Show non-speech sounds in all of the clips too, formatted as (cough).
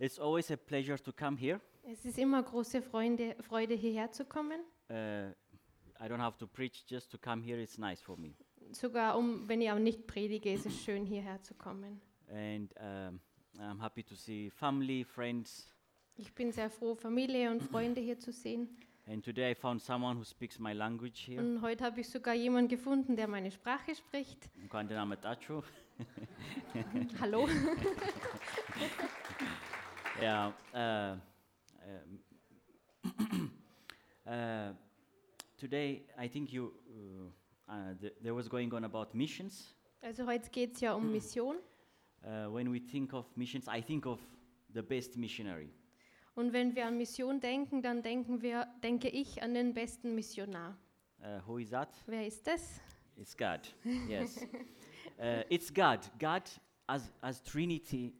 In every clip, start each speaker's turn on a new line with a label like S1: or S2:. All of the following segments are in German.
S1: It's always a pleasure to come here.
S2: Es ist immer große Freunde, Freude, hierher zu kommen.
S1: Uh, I don't have to preach, just to come here is nice for me.
S2: Sogar um, wenn ich auch nicht predige, ist es schön, hierher zu kommen.
S1: And um, I'm happy to see family, friends.
S2: Ich bin sehr froh, Familie und Freunde hier zu sehen.
S1: And today I found someone who speaks my language here.
S2: Und heute habe ich sogar jemanden gefunden, der meine Sprache spricht.
S1: Quando era metacho.
S2: Hallo.
S1: Yeah. Uh, um, (coughs) uh, today, I think you uh, uh, th- there was going on about missions.
S2: Also heute geht es ja um Mission.
S1: Uh, when we think of missions, I think of the best missionary.
S2: Und wenn wir an Mission denken, dann denken wir, denke ich an den besten Missionar.
S1: Uh, who is that?
S2: Wer ist das?
S1: It's God. Yes. uh, it's God. God as as Trinity.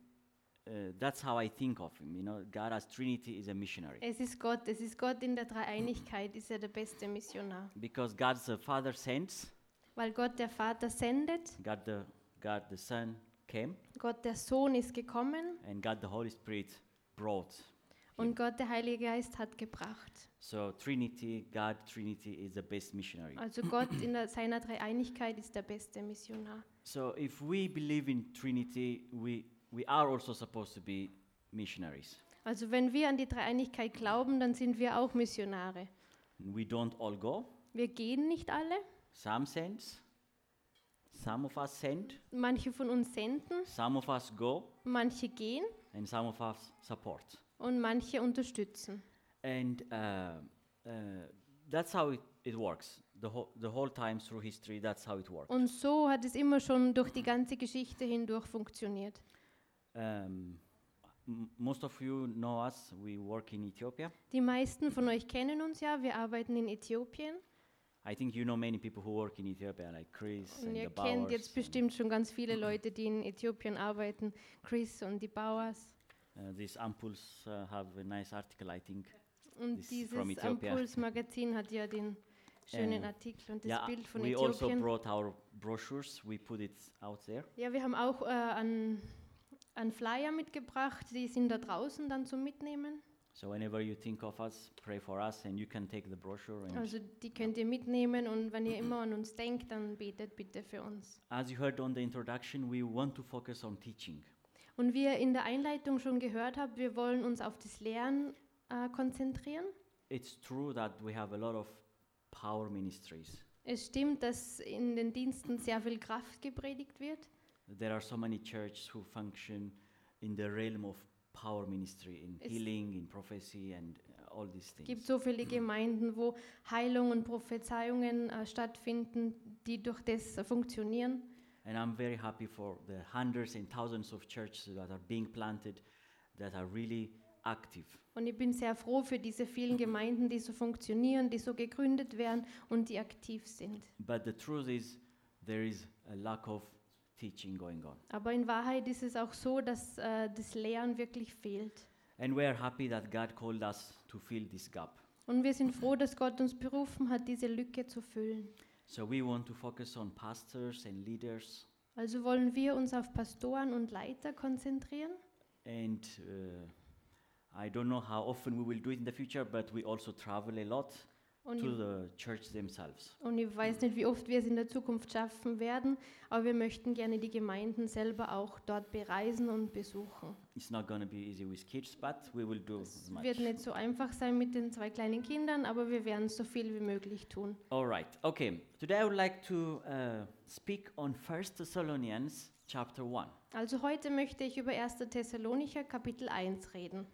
S1: Uh, that's how I think of him. You know, God as Trinity is a missionary
S2: Es ist Gott. Es ist Gott in der Dreieinigkeit, ist er der beste Missionar.
S1: because God's the Father sends,
S2: Weil Gott der Vater sendet,
S1: God the God the Son came,
S2: Gott der Sohn ist gekommen
S1: and God the Holy Spirit brought.
S2: und Gott der Heilige Geist hat gebracht.
S1: So Trinity, God Trinity is the best missionary.
S2: Also Gott in der, seiner Dreieinigkeit ist der beste Missionar.
S1: So if we believe in Trinity, we we are also supposed to be missionaries.
S2: Also wenn wir an die Dreieinigkeit glauben, dann sind wir auch Missionare.
S1: We don't all go.
S2: Wir gehen nicht alle.
S1: Some send, some of us send,
S2: Manche von uns senden,
S1: some of us go,
S2: manche gehen
S1: and some of us support.
S2: und manche unterstützen.
S1: And uh, uh, that's how it, it works. The whole the whole time through history, that's how it works.
S2: Und so hat es immer schon durch die ganze Geschichte hindurch funktioniert.
S1: Um, m- most of you know us. We work in Ethiopia.
S2: Die meisten von euch kennen uns ja, wir arbeiten in Äthiopien.
S1: I think you know many people who work in Ethiopia, like Chris
S2: Und
S1: and
S2: ihr
S1: the Bowers.
S2: kennt jetzt
S1: and,
S2: bestimmt schon ganz viele Leute, die in Äthiopien arbeiten. Chris und die Bauers.
S1: uh, these ampules uh, have a nice article, I think. This
S2: Und
S1: is from
S2: dieses
S1: Ethiopia.
S2: Ampuls-Magazin hat ja den schönen
S1: Ähm,
S2: Artikel und das
S1: yeah,
S2: Bild von
S1: we also
S2: Äthiopien.
S1: brought our brochures. We put it out there.
S2: Ja, wir haben auch äh, einen, einen Flyer mitgebracht, die sind da draußen dann zum Mitnehmen.
S1: So whenever you think of us, pray for us, and you can take the brochure. And
S2: Also die könnt ihr mitnehmen und wenn ihr immer an uns denkt, dann betet bitte für uns.
S1: as you heard on the introduction, we want to focus on teaching.
S2: Und wie ihr in der Einleitung schon gehört habt, wir wollen uns auf das Lernen äh, konzentrieren.
S1: It's true that we have a lot of power ministries.
S2: Es stimmt, dass in den Diensten sehr viel Kraft gepredigt wird.
S1: There are so many churches who function in the realm of power ministry, in
S2: Es-
S1: healing, in prophecy, and uh, all these
S2: Es
S1: things.
S2: gibt so viele Gemeinden, wo Heilung und Prophezeiungen äh, stattfinden, die durch das äh, funktionieren.
S1: And I'm very happy for the hundreds and thousands of churches that are being planted that are really active.
S2: Und ich bin sehr froh für diese vielen Gemeinden, die so funktionieren, die so gegründet werden und die aktiv sind.
S1: But the truth is, there is a lack of teaching going on.
S2: Aber in Wahrheit ist es auch so, dass äh, das Lehren wirklich fehlt.
S1: And we are happy that God called us to fill this gap.
S2: Und wir sind froh, dass Gott uns berufen hat, diese Lücke zu füllen.
S1: So we want to focus on pastors and leaders
S2: Also wollen wir uns auf Pastoren und Leiter konzentrieren.
S1: and uh, I don't know how often we will do it in the future, but we also travel a lot
S2: Und
S1: to
S2: ich,
S1: the church themselves.
S2: und ich weiß nicht, wie oft wir es in der Zukunft schaffen werden, aber wir möchten gerne die Gemeinden selber auch dort bereisen und besuchen.
S1: It's not going to be easy with kids, but we will do as
S2: Es
S1: much.
S2: wird nicht so einfach sein mit den zwei kleinen Kindern, aber wir werden so viel wie möglich tun.
S1: All right. Okay. Today I would like to uh, speak on First Thessalonians chapter one.
S2: Also heute möchte ich über 1. Thessalonicher Kapitel 1 reden.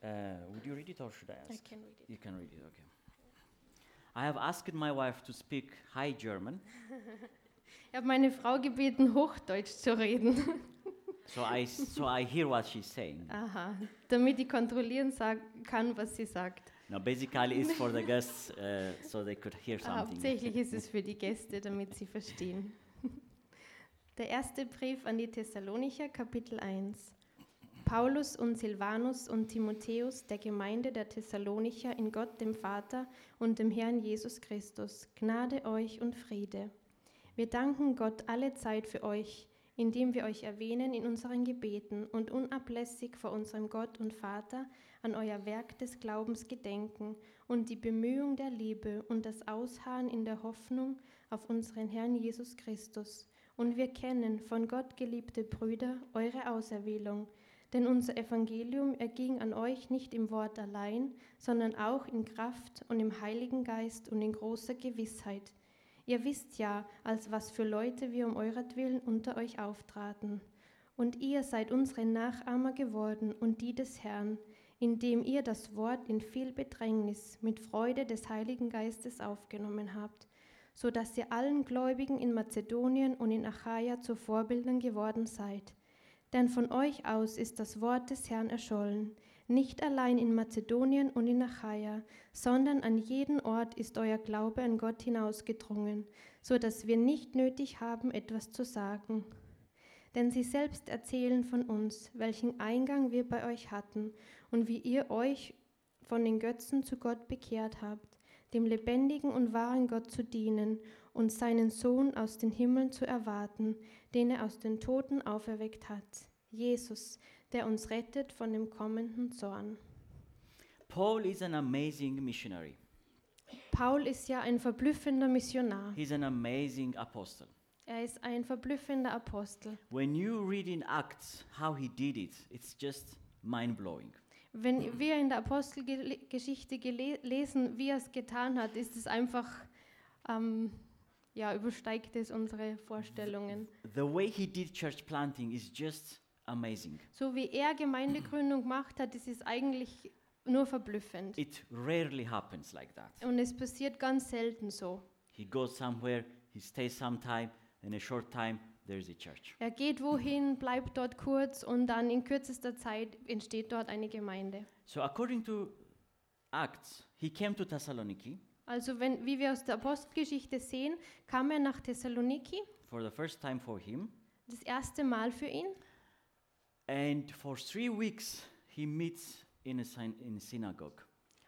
S1: Uh, would you read it or should I ask?
S2: can read
S1: You can read it. Okay. I have asked my wife to speak High German,
S2: Ich habe meine Frau gebeten, Hochdeutsch zu reden. (laughs)
S1: so I s- so I hear what she's saying.
S2: Aha, damit ich kontrollieren sag, kann, was sie sagt.
S1: Now, basically, it's for the guests, uh, so they could hear
S2: Ah,
S1: something.
S2: Hauptsächlich ist es für die Gäste, damit sie verstehen. (laughs) Der erste Brief an die Thessalonicher, Kapitel 1. Paulus und Silvanus und Timotheus der Gemeinde der Thessalonicher in Gott dem Vater und dem Herrn Jesus Christus, Gnade euch und Friede. Wir danken Gott alle Zeit für euch, indem wir euch erwähnen in unseren Gebeten und unablässig vor unserem Gott und Vater an euer Werk des Glaubens gedenken und die Bemühung der Liebe und das Ausharren in der Hoffnung auf unseren Herrn Jesus Christus. Und wir kennen von Gott geliebte Brüder eure Auserwählung, denn unser Evangelium erging an euch nicht im Wort allein, sondern auch in Kraft und im Heiligen Geist und in großer Gewissheit. Ihr wisst ja, als was für Leute wir um euretwillen unter euch auftraten. Und ihr seid unsere Nachahmer geworden und die des Herrn, indem ihr das Wort in viel Bedrängnis mit Freude des Heiligen Geistes aufgenommen habt, so dass ihr allen Gläubigen in Mazedonien und in Achaia zu Vorbildern geworden seid. Denn von euch aus ist das Wort des Herrn erschollen. Nicht allein in Mazedonien und in Achaia, sondern an jeden Ort ist euer Glaube an Gott hinausgedrungen, so dass wir nicht nötig haben, etwas zu sagen. Denn sie selbst erzählen von uns, welchen Eingang wir bei euch hatten und wie ihr euch von den Götzen zu Gott bekehrt habt, dem lebendigen und wahren Gott zu dienen und seinen Sohn aus den Himmeln zu erwarten, den er aus den Toten auferweckt hat, Jesus, der uns rettet von dem kommenden Zorn.
S1: Paul is an amazing missionary.
S2: Paul ist ja ein verblüffender Missionar.
S1: He's an amazing apostle.
S2: Er ist ein verblüffender Apostel.
S1: When you read in Acts how he did it, it's just mind blowing.
S2: Wenn wir in der Apostelgeschichte gele- lesen, wie er es getan hat, ist es einfach, ähm, ja, übersteigt es unsere Vorstellungen.
S1: The way he did church planting is just amazing.
S2: So wie er Gemeindegründung gemacht hat, das ist eigentlich nur verblüffend.
S1: It rarely happens like that.
S2: Und es passiert ganz selten so.
S1: He goes somewhere, he stays some time, in a short time there's a church.
S2: Er geht wohin, bleibt dort kurz und dann in kürzester Zeit entsteht dort eine Gemeinde.
S1: So according to Acts, he came to Thessaloniki
S2: Also wenn, wie wir aus der Apostelgeschichte sehen, kam er nach Thessaloniki,
S1: for the first time for him,
S2: das erste Mal für ihn.
S1: and for three weeks he meets in a syn- in a synagogue.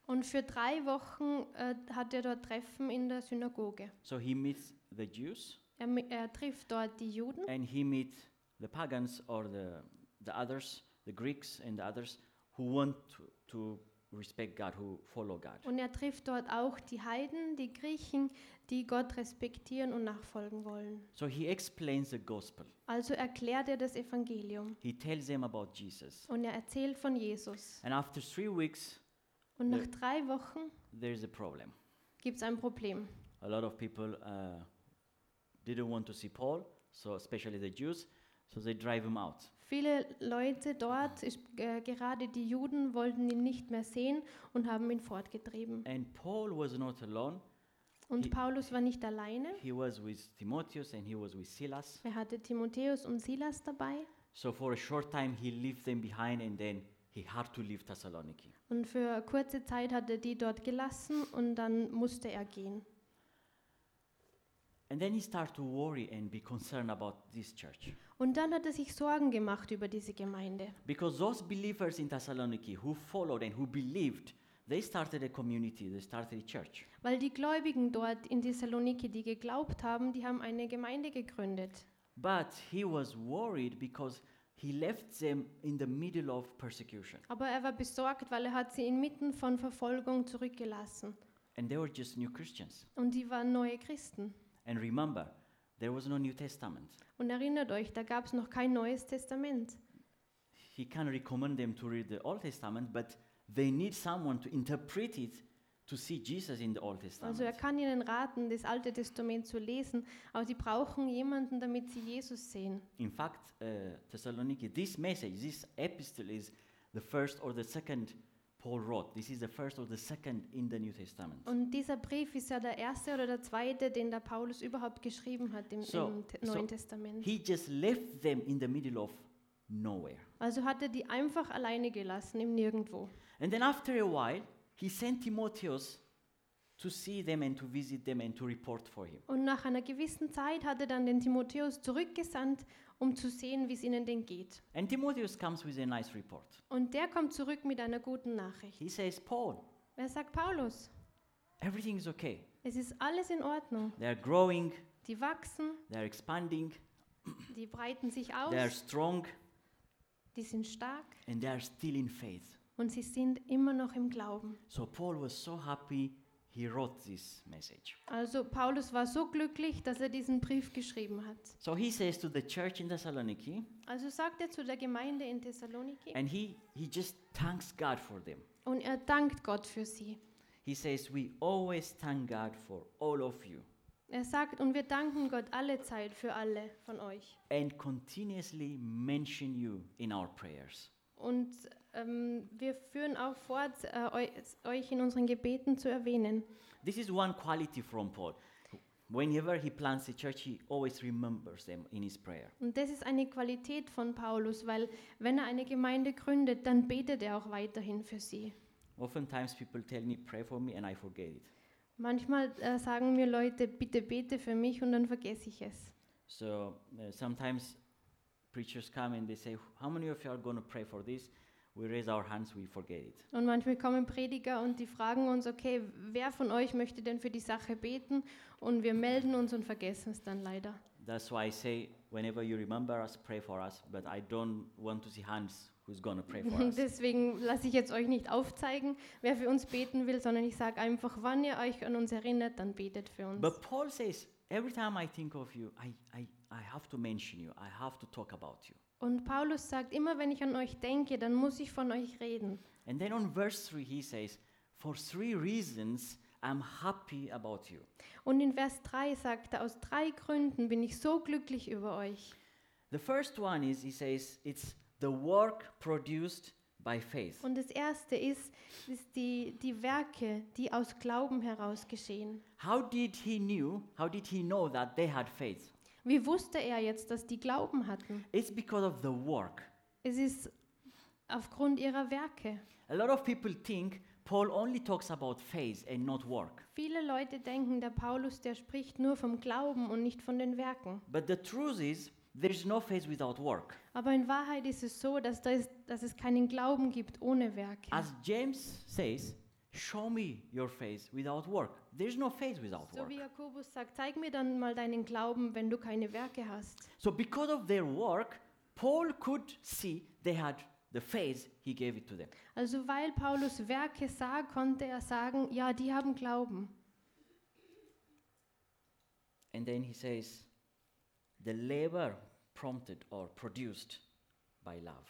S2: Und für drei Wochen äh, hat er dort Treffen in der Synagoge.
S1: So he meets the Jews
S2: Er, mi- er trifft dort die Juden
S1: and he meets the pagans or the, the others, the Greeks and the others who want to, to respect God, who follow God.
S2: und er trifft dort auch die Heiden, die Griechen, die Gott respektieren und nachfolgen wollen.
S1: So he explains the gospel.
S2: Also erklärt er das Evangelium
S1: He tells them about Jesus.
S2: und er erzählt von Jesus.
S1: And after three weeks,
S2: Und
S1: Ja.
S2: nach drei Wochen
S1: there's a problem.
S2: gibt es ein Problem.
S1: A lot of people uh, didn't want to see Paul, so especially the Jews, so they drive him out.
S2: Viele Leute dort, ist, äh, gerade die Juden, wollten ihn nicht mehr sehen und haben ihn fortgetrieben.
S1: And Paul was not alone.
S2: Und
S1: Die-
S2: Paulus war nicht alleine.
S1: He was with Timotheus and he was with Silas.
S2: Er hatte Timotheus und Silas dabei.
S1: So for a short time, he left them behind and then he had to leave Thessaloniki.
S2: Und für kurze Zeit hat er die dort gelassen und dann musste er gehen.
S1: And then he started to worry and be concerned about this church.
S2: Und dann hat er sich Sorgen gemacht über diese Gemeinde.
S1: Because those believers in Thessaloniki who followed and who believed, they started a community, they started a church.
S2: Weil die Gläubigen dort in Thessaloniki, die geglaubt haben, die haben eine Gemeinde gegründet.
S1: But he was worried because he left them in the middle of persecution.
S2: Aber er war besorgt, weil er hat sie inmitten von Verfolgung zurückgelassen.
S1: And they were just new Christians.
S2: Und die waren neue Christen.
S1: And remember, there was no New Testament.
S2: Und erinnert euch, da gab es noch kein Neues Testament.
S1: He can recommend them to read the Old Testament, but they need someone to interpret it to see Jesus in the Old Testament.
S2: Also er kann ihnen raten, das Alte Testament zu lesen, aber sie brauchen jemanden, damit sie Jesus sehen.
S1: in fact, uh, Thessaloniki, this message, this epistle is the first or the second Paul wrote. This is the first or the second in the New Testament.
S2: Und dieser Brief ist ja der erste oder der zweite, den der Paulus überhaupt geschrieben hat im,
S1: So,
S2: im Te-
S1: so
S2: Neuen Testament.
S1: He just left them in the middle of nowhere.
S2: Also hat er die einfach alleine gelassen im Nirgendwo.
S1: And then after a while, he sent Timotheus to see them and to visit them and to report for him.
S2: Und nach einer gewissen Zeit hat er dann den Timotheus zurückgesandt, um zu sehen, wie es ihnen denn geht.
S1: And Timotheus comes with a nice report.
S2: Und der kommt zurück mit einer guten Nachricht.
S1: He says, Paul,
S2: Er sagt Paulus,
S1: everything is okay.
S2: es ist alles in Ordnung.
S1: They are growing,
S2: Die wachsen,
S1: they are expanding,
S2: Die breiten sich aus,
S1: They are strong
S2: die sind stark
S1: and they are still in faith.
S2: und sie sind immer noch im Glauben.
S1: So Paul was so happy he wrote this message.
S2: Also Paulus war so glücklich, dass er diesen Brief geschrieben hat.
S1: So he says to the church in Thessaloniki,
S2: Also sagt er zu der Gemeinde in Thessaloniki
S1: and he, he just thanks God for them.
S2: und er dankt Gott für sie.
S1: He says, We always thank God for all of you
S2: Er sagt, und wir danken Gott alle Zeit für alle von euch.
S1: and continuously mention you in our prayers.
S2: Und ähm, wir führen auch fort, äh, eu- euch in unseren Gebeten zu erwähnen.
S1: This is one quality from Paul. Whenever he plants a church, he always remembers them in his prayer.
S2: Und das ist eine Qualität von Paulus, weil wenn er eine Gemeinde gründet, dann betet er auch weiterhin für sie.
S1: Oftentimes people tell me, Pray for me, and I forget it.
S2: Manchmal äh, sagen mir Leute, bitte bete für mich und dann vergesse ich es.
S1: So uh, sometimes preachers come and they say, How many of you are going to pray for this? We raise our hands, we forget it.
S2: Und manchmal kommen Prediger und die fragen uns, okay, wer von euch möchte denn für die Sache beten? Und wir melden uns und vergessen es dann leider.
S1: That's why I say, whenever you remember us, pray for us. But I don't want to see hands who's going to pray
S2: (laughs)
S1: for us.
S2: Deswegen lasse ich jetzt euch nicht aufzeigen, wer für uns beten will, sondern ich sage einfach, wann ihr euch an uns erinnert, dann betet für uns.
S1: But Paul says, Every time I think of you, I, I, I have to mention you, I have to talk about you.
S2: Und Paulus sagt, immer wenn ich an euch denke, dann muss ich von euch reden.
S1: And then on verse 3, he says, For three reasons I'm happy about you.
S2: Und in Vers 3 sagt er, aus drei Gründen bin ich so glücklich über euch.
S1: The first one is, he says, it's the work produced by faith.
S2: Und das erste ist, ist die, die Werke, die aus Glauben heraus geschehen.
S1: How did he knew? How did he know that they had faith?
S2: Wie wusste er jetzt, dass die Glauben hatten?
S1: It's because of the work.
S2: Es ist aufgrund ihrer Werke.
S1: A lot of people think Paul only talks about faith and not work.
S2: Viele Leute denken, der Paulus, der spricht nur vom Glauben und nicht von den Werken.
S1: But the truth is, there is no faith without work.
S2: Aber in Wahrheit ist es so, dass, da ist, dass es keinen Glauben gibt ohne Werke.
S1: As James says, show me your faith without work. There is no faith without
S2: so
S1: work.
S2: wie Jakobus sagt, zeig mir dann mal deinen Glauben, wenn du keine Werke hast.
S1: So because of their work, Paul could see they had the faith, he gave it to them.
S2: Also weil Paulus Werke sah, konnte er sagen, ja, die haben Glauben.
S1: And then he says, the labor prompted or produced by love.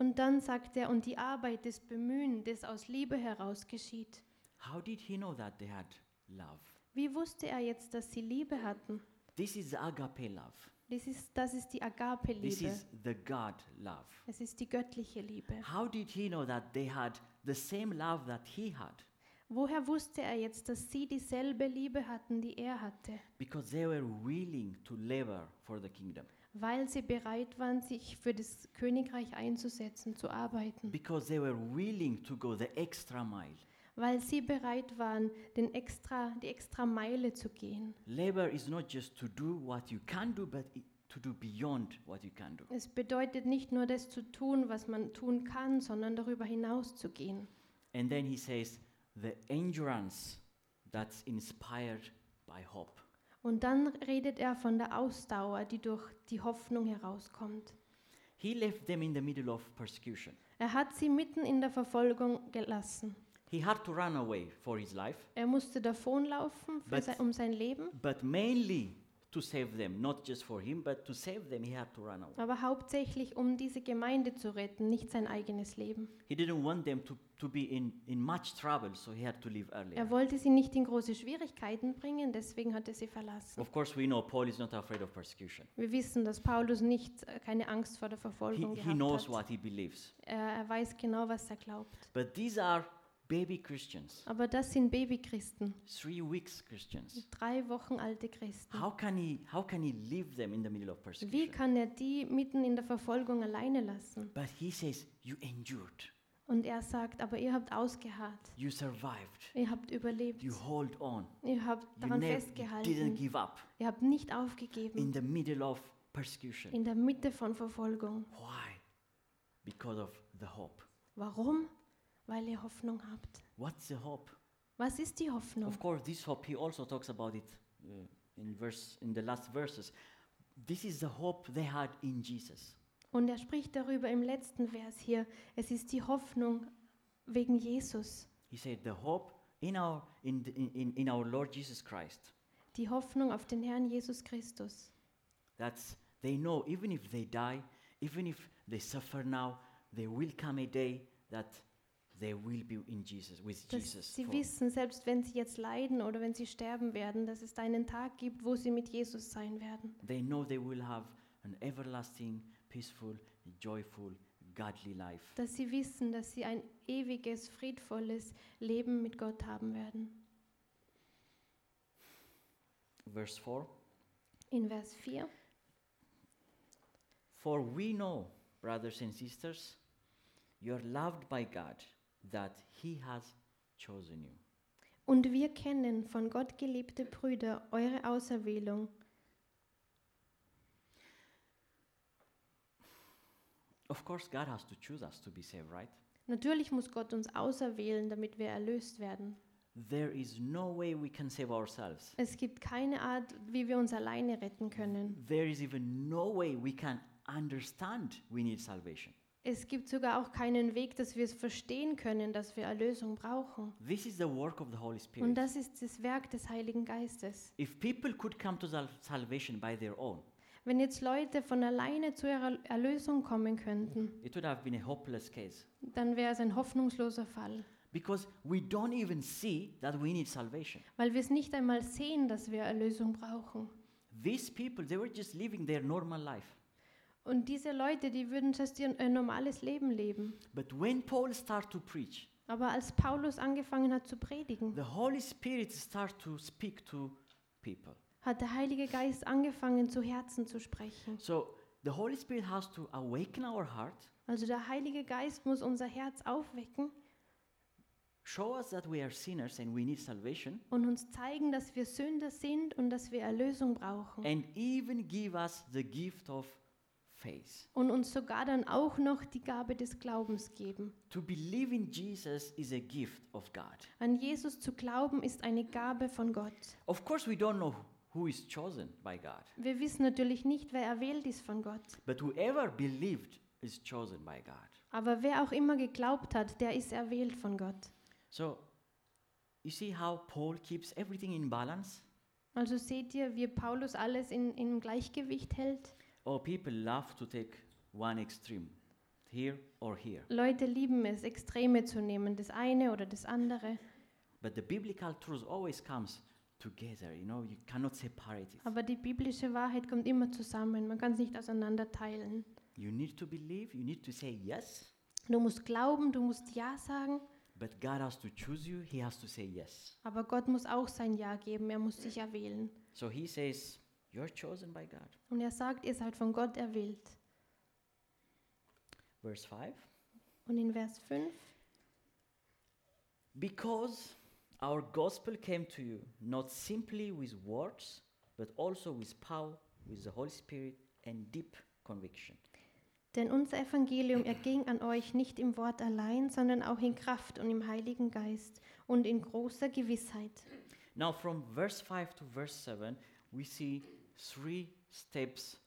S2: Und dann sagt er, und die Arbeit, das Bemühen, das aus Liebe heraus geschieht.
S1: How did he know that they had love?
S2: Wie wusste er jetzt, dass sie Liebe hatten?
S1: This is agape love.
S2: Das ist, das ist die
S1: This
S2: Agape-Liebe.
S1: is the God love.
S2: Es ist die göttliche Liebe.
S1: How did he know that they had the same love that he had?
S2: Woher wusste er jetzt, dass sie dieselbe Liebe hatten, die er hatte?
S1: Because they were willing to labor for the kingdom.
S2: Weil sie bereit waren, sich für das Königreich einzusetzen, zu arbeiten.
S1: Because they were willing to go the extra mile.
S2: Weil sie bereit waren, den extra, die extra Meile zu gehen.
S1: Labor is not just to do what you can do, but i- to do beyond what you can do.
S2: Es bedeutet nicht nur das zu tun, was man tun kann, sondern darüber hinaus zu gehen.
S1: And then he says, the endurance that's inspired by hope.
S2: Und dann redet er von der Ausdauer, die durch die Hoffnung herauskommt.
S1: He left them in the middle of persecution.
S2: Er hat sie mitten in der Verfolgung gelassen.
S1: He had to run away for his life,
S2: Er musste davonlaufen für
S1: But-
S2: sei, um sein Leben,
S1: but mainly to save them, not just for him, but to save them, he had to run away.
S2: aber hauptsächlich um diese Gemeinde zu retten, nicht sein eigenes Leben.
S1: He didn't want them to, to be in, in much trouble, so he had to leave earlier.
S2: Er wollte sie nicht in große Schwierigkeiten bringen, deswegen hat er sie verlassen.
S1: Of course, we know Paul is not afraid of persecution.
S2: Wir wissen, dass Paulus nicht äh, keine Angst vor der
S1: He,
S2: Verfolgung
S1: he knows
S2: gehabt hat.
S1: what he believes.
S2: Er, er weiß genau, was er glaubt.
S1: But these are baby Christians,
S2: Aber das sind Babychristen,
S1: three weeks Christians.
S2: drei Wochen alte Christen.
S1: How can he how can he leave them in the middle of
S2: Wie
S1: persecution?
S2: kann er die mitten in der Verfolgung alleine lassen?
S1: But he says, You endured,
S2: Und er sagt, aber ihr habt ausgeharrt,
S1: you survived,
S2: ihr habt überlebt,
S1: you hold on,
S2: ihr habt
S1: you
S2: daran
S1: nev- you didn't
S2: festgehalten,
S1: give up
S2: ihr habt nicht
S1: in
S2: aufgegeben
S1: the middle of persecution.
S2: Mm. in der Mitte von Verfolgung.
S1: Why? Because of the hope.
S2: Warum? Weil ihr Hoffnung habt.
S1: What's the hope?
S2: Was ist die Hoffnung?
S1: Of course, this hope he also talks about it uh, in verse in the last verses. This is the hope they had in Jesus.
S2: Und er spricht darüber im letzten Vers hier. Es ist die Hoffnung wegen Jesus.
S1: He said, "The hope in our in the- in, in, in our Lord Jesus Christ."
S2: Die Hoffnung auf den Herrn Jesus Christus.
S1: That's they know even if they die, even if they suffer now, there will come a day that they will be in Jesus with Jesus.
S2: Dass sie
S1: for-
S2: wissen, selbst wenn sie jetzt leiden oder wenn sie sterben werden, dass es da einen Tag gibt, wo sie mit Jesus sein werden.
S1: they know they will have an everlasting, peaceful, joyful, godly life.
S2: Dass sie wissen, dass sie ein ewiges, friedvolles Leben mit Gott haben werden.
S1: Verse 4
S2: In Vers 4.
S1: For we know, brothers and sisters, you are loved by God, that He has chosen you.
S2: Und wir kennen von Gott geliebte Brüder eure Auserwählung.
S1: Of course, God has to choose us to be saved, right?
S2: Natürlich muss Gott uns auserwählen, damit wir erlöst werden.
S1: There is no way we can save ourselves.
S2: Es gibt keine Art, wie wir uns alleine retten können.
S1: There is even no way we can understand we need salvation.
S2: Es gibt sogar auch keinen Weg, dass wir es verstehen können, dass wir Erlösung brauchen.
S1: This is the work of the Holy
S2: Und
S1: Spirit.
S2: das ist das Werk des Heiligen Geistes.
S1: if people could come to sal- salvation by their own,
S2: Wenn jetzt Leute von alleine zu ihrer Erlösung kommen könnten,
S1: it would have been a hopeless case.
S2: dann wäre es ein hoffnungsloser Fall,
S1: Because we don't even see that we need salvation.
S2: weil wir es nicht einmal sehen, dass wir Erlösung brauchen.
S1: These people, they were just living their normal life.
S2: Und diese Leute, die würden just ihr ein normales Leben leben.
S1: But when Paul started to preach,
S2: Aber als Paulus angefangen hat zu predigen,
S1: the Holy Spirit started to speak to people.
S2: hat der Heilige Geist angefangen, zu Herzen zu sprechen.
S1: So the Holy Spirit has to awaken our heart,
S2: Also der Heilige Geist muss unser Herz aufwecken
S1: show us that we are sinners and we need salvation,
S2: und uns zeigen, dass wir Sünder sind und dass wir Erlösung brauchen.
S1: and even give us the gift of faith.
S2: Und uns sogar dann auch noch die Gabe des Glaubens geben.
S1: To believe in Jesus is a gift of God.
S2: An Jesus zu glauben ist eine Gabe von Gott.
S1: Of course, we don't know who is chosen by God,
S2: Wir wissen natürlich nicht, wer erwählt ist von Gott.
S1: but whoever believed is chosen by God.
S2: Aber wer auch immer geglaubt hat, der ist erwählt von Gott.
S1: So, you see how Paul keeps everything in balance?
S2: Also seht ihr, wie Paulus alles in, im Gleichgewicht hält?
S1: Oh, people love to take one extreme, here or here.
S2: Leute lieben es, Extreme zu nehmen, das eine oder das andere.
S1: But the biblical truth always comes together, you know, you cannot separate it.
S2: Aber die biblische Wahrheit kommt immer zusammen. Man kann es nicht auseinander teilen.
S1: You need to believe, you need to say yes,
S2: Du musst glauben, du musst Ja sagen,
S1: but God has to choose you, He has to say yes.
S2: aber Gott muss auch sein Ja geben. Er muss dich erwählen.
S1: So He says, You're chosen by God.
S2: Und er sagt, ihr seid von Gott erwählt.
S1: Verse 5
S2: Und in Vers 5,
S1: Because our gospel came to you not simply with words, but also with power, with the Holy Spirit, and deep conviction.
S2: denn unser Evangelium erging an euch nicht im Wort allein, sondern auch in Kraft und im Heiligen Geist und in großer Gewissheit.
S1: Now, from verse 5 to verse 7, we see three steps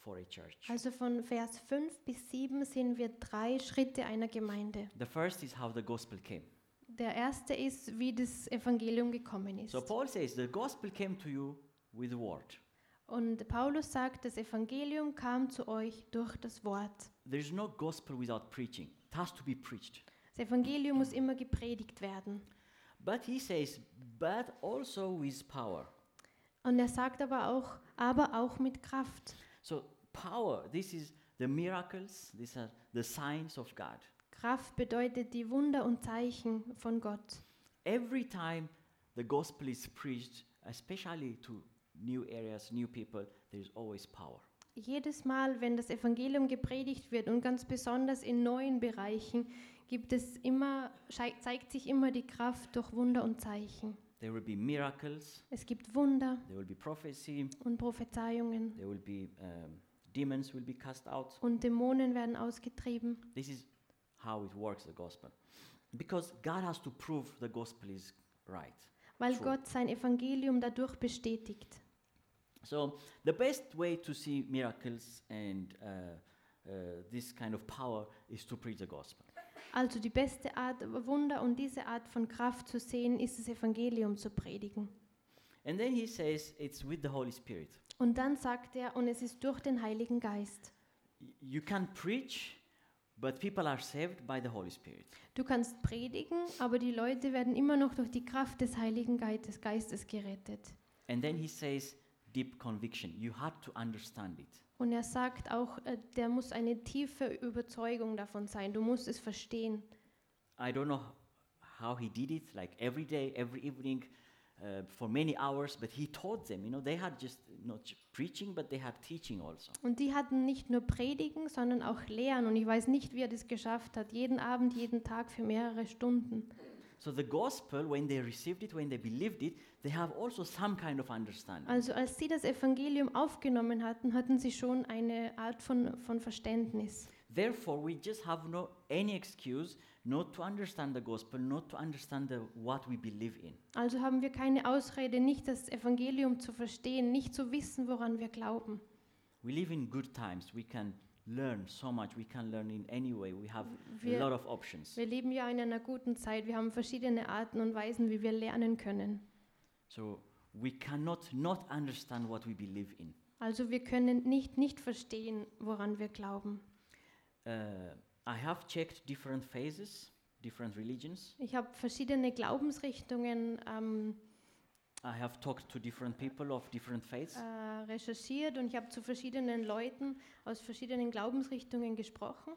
S1: for a church.
S2: Also von Vers 5 bis 7 sehen wir drei Schritte einer Gemeinde.
S1: The first is how the gospel came.
S2: Der erste ist, wie das Evangelium gekommen ist.
S1: So, Paul says the gospel came to you with word.
S2: Und Paulus sagt, das Evangelium kam zu euch durch das Wort.
S1: There's no gospel without preaching, it has to be preached.
S2: Das Evangelium muss immer gepredigt werden.
S1: But he says, but also with power.
S2: Und er sagt aber auch, aber auch mit Kraft.
S1: So, power, this is the miracles, these are the signs of God.
S2: Kraft bedeutet die Wunder und Zeichen von Gott.
S1: Every time the gospel is preached, especially to new areas, new people, there's always power.
S2: Jedes Mal, wenn das Evangelium gepredigt wird und ganz besonders in neuen Bereichen, gibt es immer, schei- zeigt sich immer die Kraft durch Wunder und Zeichen.
S1: There will be miracles,
S2: Es gibt Wunder
S1: there will be prophecy,
S2: und Prophezeiungen
S1: there will be um, demons will be cast out.
S2: und Dämonen werden ausgetrieben.
S1: This is how it works, the gospel. Because God has to prove the gospel is right.
S2: weil
S1: True.
S2: Gott sein Evangelium dadurch bestätigt.
S1: So the best way to see miracles and uh, uh, this kind of power is to preach the gospel.
S2: Also die beste Art, Wunder und diese Art von Kraft zu sehen, ist das Evangelium zu predigen.
S1: And then he says it's with the Holy Spirit.
S2: Und dann sagt er, und es ist durch den Heiligen Geist.
S1: Y- You can preach, but people are saved by the Holy Spirit.
S2: Du kannst predigen, aber die Leute werden immer noch durch die Kraft des Heiligen Gei- des Geistes gerettet.
S1: And then he says deep conviction. You had to understand it.
S2: Und er sagt auch, äh, der muss eine tiefe Überzeugung davon sein. Du musst es verstehen.
S1: I don't know how he did it, like every day, every evening, uh, for many hours, but he taught them. You know, they had just not j- preaching, but they had teaching also.
S2: Und die hatten nicht nur Predigen, sondern auch Lehren. Und ich weiß nicht, wie er das geschafft hat. Jeden Abend, jeden Tag für mehrere Stunden.
S1: So the gospel, when they received it, when they believed it, they have also some kind of understanding.
S2: Also als sie das Evangelium aufgenommen hatten, hatten sie schon eine Art von, von Verständnis.
S1: Therefore, we just have no any excuse not to understand the gospel, not to understand the, what we believe in.
S2: Also haben wir keine Ausrede, nicht das Evangelium zu verstehen, nicht zu wissen, woran wir glauben.
S1: We live in good times. We can learn so much. We can learn in any way. We have a
S2: Wir-
S1: lot of options.
S2: Wir leben ja in einer guten Zeit. Wir haben verschiedene Arten und Weisen, wie wir lernen können.
S1: So we cannot not understand what we believe in.
S2: Also wir können nicht nicht verstehen, woran wir glauben.
S1: Uh, I have checked different phases, different religions.
S2: Ich habe verschiedene Glaubensrichtungen ähm,
S1: I have talked to different people of different faiths.
S2: äh, recherchiert und ich habe zu verschiedenen Leuten aus verschiedenen Glaubensrichtungen gesprochen.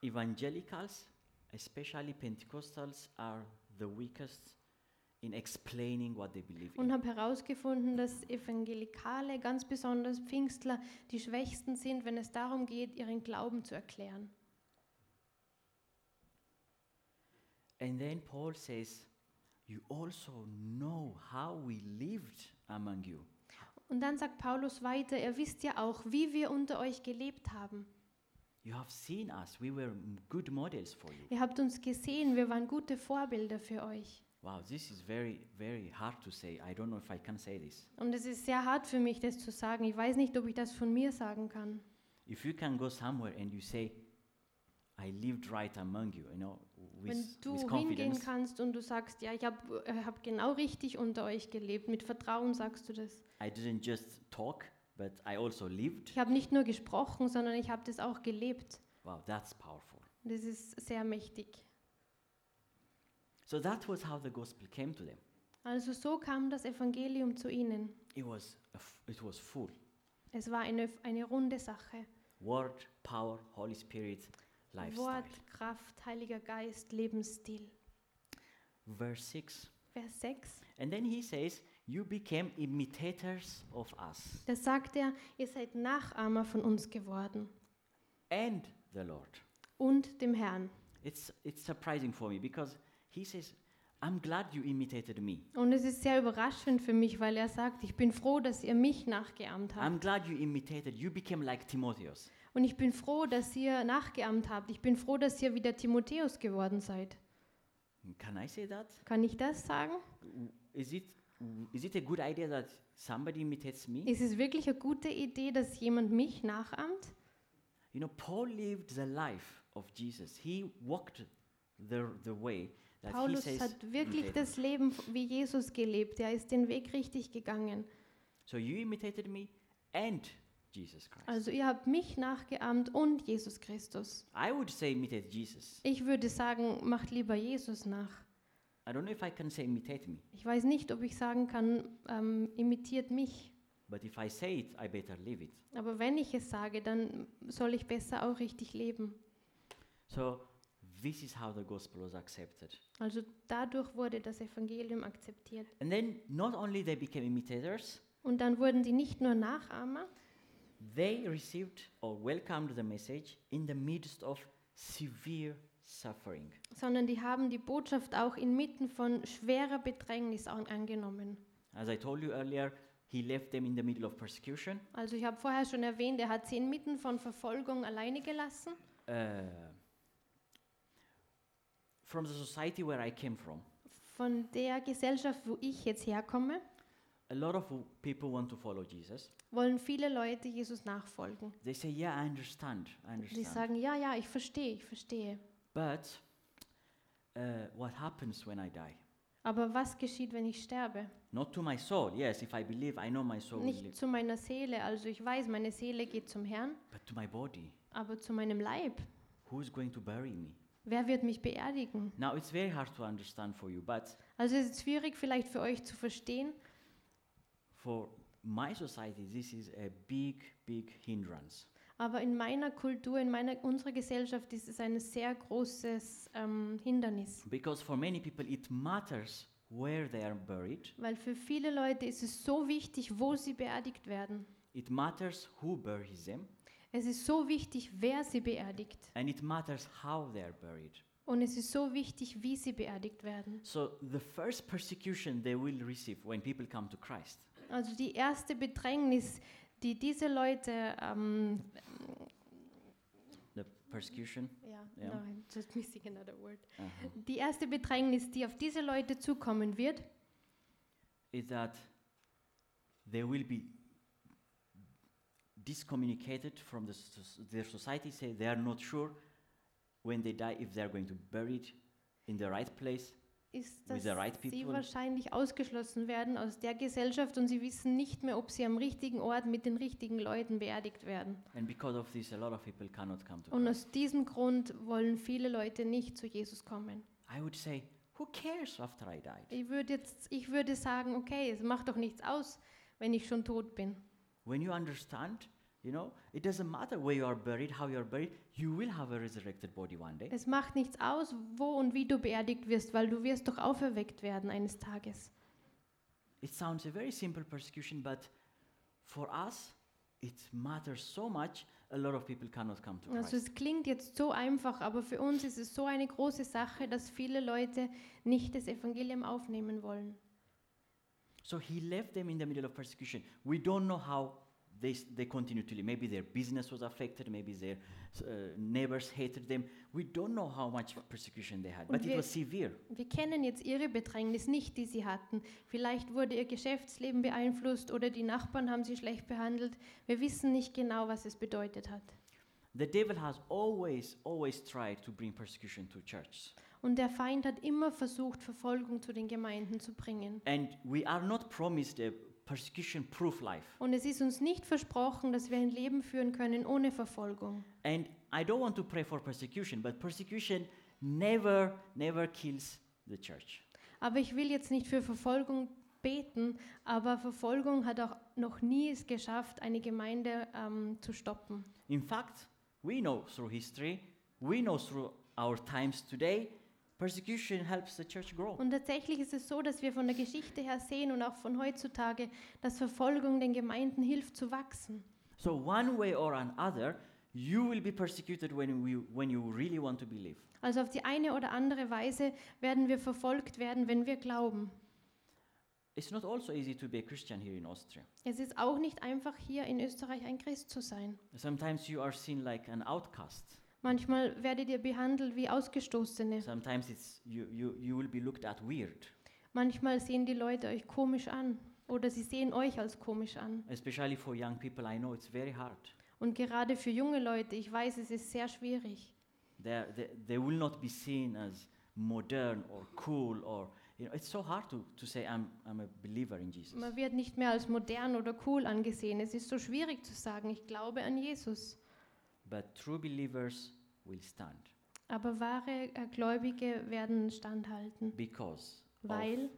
S1: Evangelicals, especially Pentecostals, are the weakest in explaining what they believe
S2: und
S1: in.
S2: habe herausgefunden, dass Evangelikale, ganz besonders Pfingstler, die Schwächsten sind, wenn es darum geht, ihren Glauben zu erklären.
S1: And then Paul says, You also know how we lived among you.
S2: Und dann sagt Paulus weiter, er wisst ja auch, wie wir unter euch gelebt haben.
S1: You have seen us. We were m- good models for you.
S2: Ihr habt uns gesehen, wir waren gute Vorbilder für euch.
S1: Wow, this is very, very hard to say. I don't know if I can say this.
S2: Und es ist sehr hart für mich, das zu sagen. Ich weiß nicht, ob ich das von mir sagen kann.
S1: If you can go somewhere and you say, I lived right among you, you know,
S2: Wenn
S1: with,
S2: du
S1: with
S2: hingehen
S1: confidence,
S2: kannst und du sagst, ja, ich habe äh, hab genau richtig unter euch gelebt, mit Vertrauen sagst du das.
S1: I didn't just talk, but I also lived.
S2: Ich habe nicht nur gesprochen, sondern ich habe das auch gelebt.
S1: Wow, that's powerful.
S2: Das ist sehr mächtig.
S1: So that was how the gospel came to them.
S2: Also so kam das Evangelium zu ihnen.
S1: It was, a f- it was full.
S2: Es war eine, eine runde Sache.
S1: Word, power, Holy Spirit, lifestyle.
S2: Wort, Kraft, Heiliger Geist, Lebensstil.
S1: Verse 6.
S2: Vers 6.
S1: And then he says, You became imitators of us
S2: Da sagt er, ihr seid Nachahmer von uns geworden
S1: and the Lord.
S2: und dem Herrn.
S1: It's, it's surprising for me because he says, I'm glad you imitated me.
S2: Und es ist sehr überraschend für mich, weil er sagt, ich bin froh, dass ihr mich nachgeahmt habt.
S1: I'm glad you imitated. You became like Timotheus.
S2: Und ich bin froh, dass ihr nachgeahmt habt. Ich bin froh, dass ihr wieder Timotheus geworden seid.
S1: Can I say that?
S2: Kann ich das sagen?
S1: W- Is it w- is it a good idea that somebody imitates me?
S2: Ist es wirklich eine gute Idee, dass jemand mich nachahmt?
S1: you know, Paul lived the life of Jesus. He walked the the way that he
S2: Paulus
S1: says.
S2: hat wirklich
S1: imitate.
S2: das Leben f- wie Jesus gelebt. Er ist den Weg richtig gegangen.
S1: so you imitated me and Jesus Christ.
S2: Also ihr habt mich nachgeahmt und Jesus Christus.
S1: I would say imitate Jesus.
S2: Ich würde sagen, macht lieber Jesus nach.
S1: I don't know if I can say imitate me,
S2: Ich weiß nicht, ob ich sagen kann, ähm, imitiert mich.
S1: but if I say it, I better live it.
S2: Aber wenn ich es sage, dann soll ich besser auch richtig leben.
S1: So this is how the gospel was accepted.
S2: Also dadurch wurde das Evangelium akzeptiert.
S1: And then not only they became imitators,
S2: Und dann wurden die nicht nur Nachahmer,
S1: They received or welcomed the message in the midst of severe suffering.
S2: sondern die haben die Botschaft auch inmitten von schwerer Bedrängnis an- angenommen.
S1: As I told you earlier, he left them in the middle of persecution.
S2: Also ich habe vorher schon erwähnt, er hat sie inmitten von Verfolgung alleine gelassen.
S1: Uh, from the society where I came from,
S2: Von der Gesellschaft, wo ich jetzt herkomme,
S1: a lot of w- people want to follow Jesus.
S2: wollen viele Leute Jesus nachfolgen.
S1: They say, Yeah, I understand. I
S2: Die
S1: understand.
S2: sagen, ja, ja, ich verstehe, ich verstehe.
S1: But uh, what happens when I die?
S2: Aber was geschieht, wenn ich sterbe?
S1: Not to my soul. Yes, if I believe, I know my soul will
S2: Nicht
S1: live.
S2: zu meiner Seele, also ich weiß, meine Seele geht zum Herrn,
S1: But to my body.
S2: aber zu meinem Leib.
S1: Who's going to bury me?
S2: Wer wird mich beerdigen?
S1: Now, it's very hard to understand for you, but
S2: Also es ist schwierig vielleicht für euch zu verstehen,
S1: for my society, this is a big, big hindrance.
S2: aber in meiner Kultur, in meiner, unserer Gesellschaft ist es ein sehr großes ähm, Hindernis.
S1: Because for many people, it matters where they are buried,
S2: Weil für viele Leute ist es so wichtig, wo sie beerdigt werden.
S1: it matters who buries them,
S2: Es ist so wichtig, wer sie beerdigt.
S1: and it matters how they are buried.
S2: Und es ist so wichtig, wie sie beerdigt werden.
S1: So, the first persecution they will receive when people come to Christ
S2: Also die erste Bedrängnis, die diese Leute... Ähm,
S1: the persecution
S2: ja,
S1: Ja.
S2: No, I'm just missing another word.
S1: uh-huh,
S2: Die erste Bedrängnis, die auf diese Leute zukommen wird,
S1: is that they will be discommunicated from the soc- their society, say they are not sure when they die if they are going to be buried in the right place.
S2: ist,
S1: With
S2: dass
S1: the right
S2: sie
S1: people?
S2: wahrscheinlich ausgeschlossen werden aus der Gesellschaft und sie wissen nicht mehr, ob sie am richtigen Ort mit den richtigen Leuten beerdigt werden.
S1: And because of this, a lot of people cannot come to
S2: Und
S1: Christ.
S2: aus diesem Grund wollen viele Leute nicht zu Jesus kommen.
S1: I would say, who cares after I died?
S2: Ich würde, jetzt, ich würde sagen, okay, es macht doch nichts aus, wenn ich schon tot bin.
S1: When you understand, you know, it doesn't matter where you are buried, how you are buried, you will have a resurrected body one day.
S2: Es macht nichts aus, wo und wie du beerdigt wirst, weil du wirst doch auferweckt werden eines Tages.
S1: It sounds a very simple persecution, but for us, it matters so much. A lot of people cannot come to Christ.
S2: Also es klingt jetzt so einfach, aber für uns ist es so eine große Sache, dass viele Leute nicht das Evangelium aufnehmen wollen.
S1: So he left them in the middle of persecution. We don't know how they, s- they continue to live. Maybe their business was affected, maybe their s- uh, neighbors hated them. We don't know how much persecution they had,
S2: Und
S1: but it
S2: wir-
S1: was severe.
S2: Wir kennen jetzt ihre Bedrängnis nicht, die sie hatten. Vielleicht wurde ihr Geschäftsleben beeinflusst oder die Nachbarn haben sie schlecht behandelt. Wir wissen nicht genau, was es bedeutet hat.
S1: The devil has always, always tried to bring persecution to church.
S2: Und der Feind hat immer versucht, Verfolgung zu den Gemeinden zu bringen.
S1: And we are not promised a persecution proof life.
S2: Und es ist uns nicht versprochen, dass wir ein Leben führen können ohne Verfolgung.
S1: And I don't want to pray for persecution, but persecution never, never kills the church.
S2: Aber ich will jetzt nicht für Verfolgung beten, aber Verfolgung hat auch noch nie es geschafft, eine Gemeinde ähm, zu stoppen.
S1: In fact, we know through history, we know through our times today, persecution helps the church grow.
S2: Und tatsächlich ist es so, dass wir von der Geschichte her sehen und auch von heutzutage, dass Verfolgung den Gemeinden hilft zu wachsen.
S1: So, one way or another, you will be persecuted when, we, when you really want to believe.
S2: Also auf die eine oder andere Weise werden wir verfolgt werden, wenn wir glauben.
S1: It's not also easy to be a Christian here in Austria.
S2: Es ist auch nicht einfach, hier in Österreich ein Christ zu sein.
S1: Sometimes you are seen like an outcast.
S2: Manchmal werdet ihr behandelt wie Ausgestoßene.
S1: Sometimes it's, you, you, you will be looked at weird,
S2: Manchmal sehen die Leute euch komisch an oder sie sehen euch als komisch an.
S1: especially for young people. I know it's very hard.
S2: Und gerade für junge Leute, ich weiß, es ist sehr schwierig.
S1: They're, they, they will not be seen as modern or cool or, you know, it's so hard to, to say, I'm, I'm a believer in Jesus.
S2: Man wird nicht mehr als modern oder cool angesehen. Es ist so schwierig zu sagen, ich glaube an Jesus.
S1: But true believers will stand
S2: Aber wahre äh, Gläubige werden standhalten,
S1: because
S2: weil,
S1: of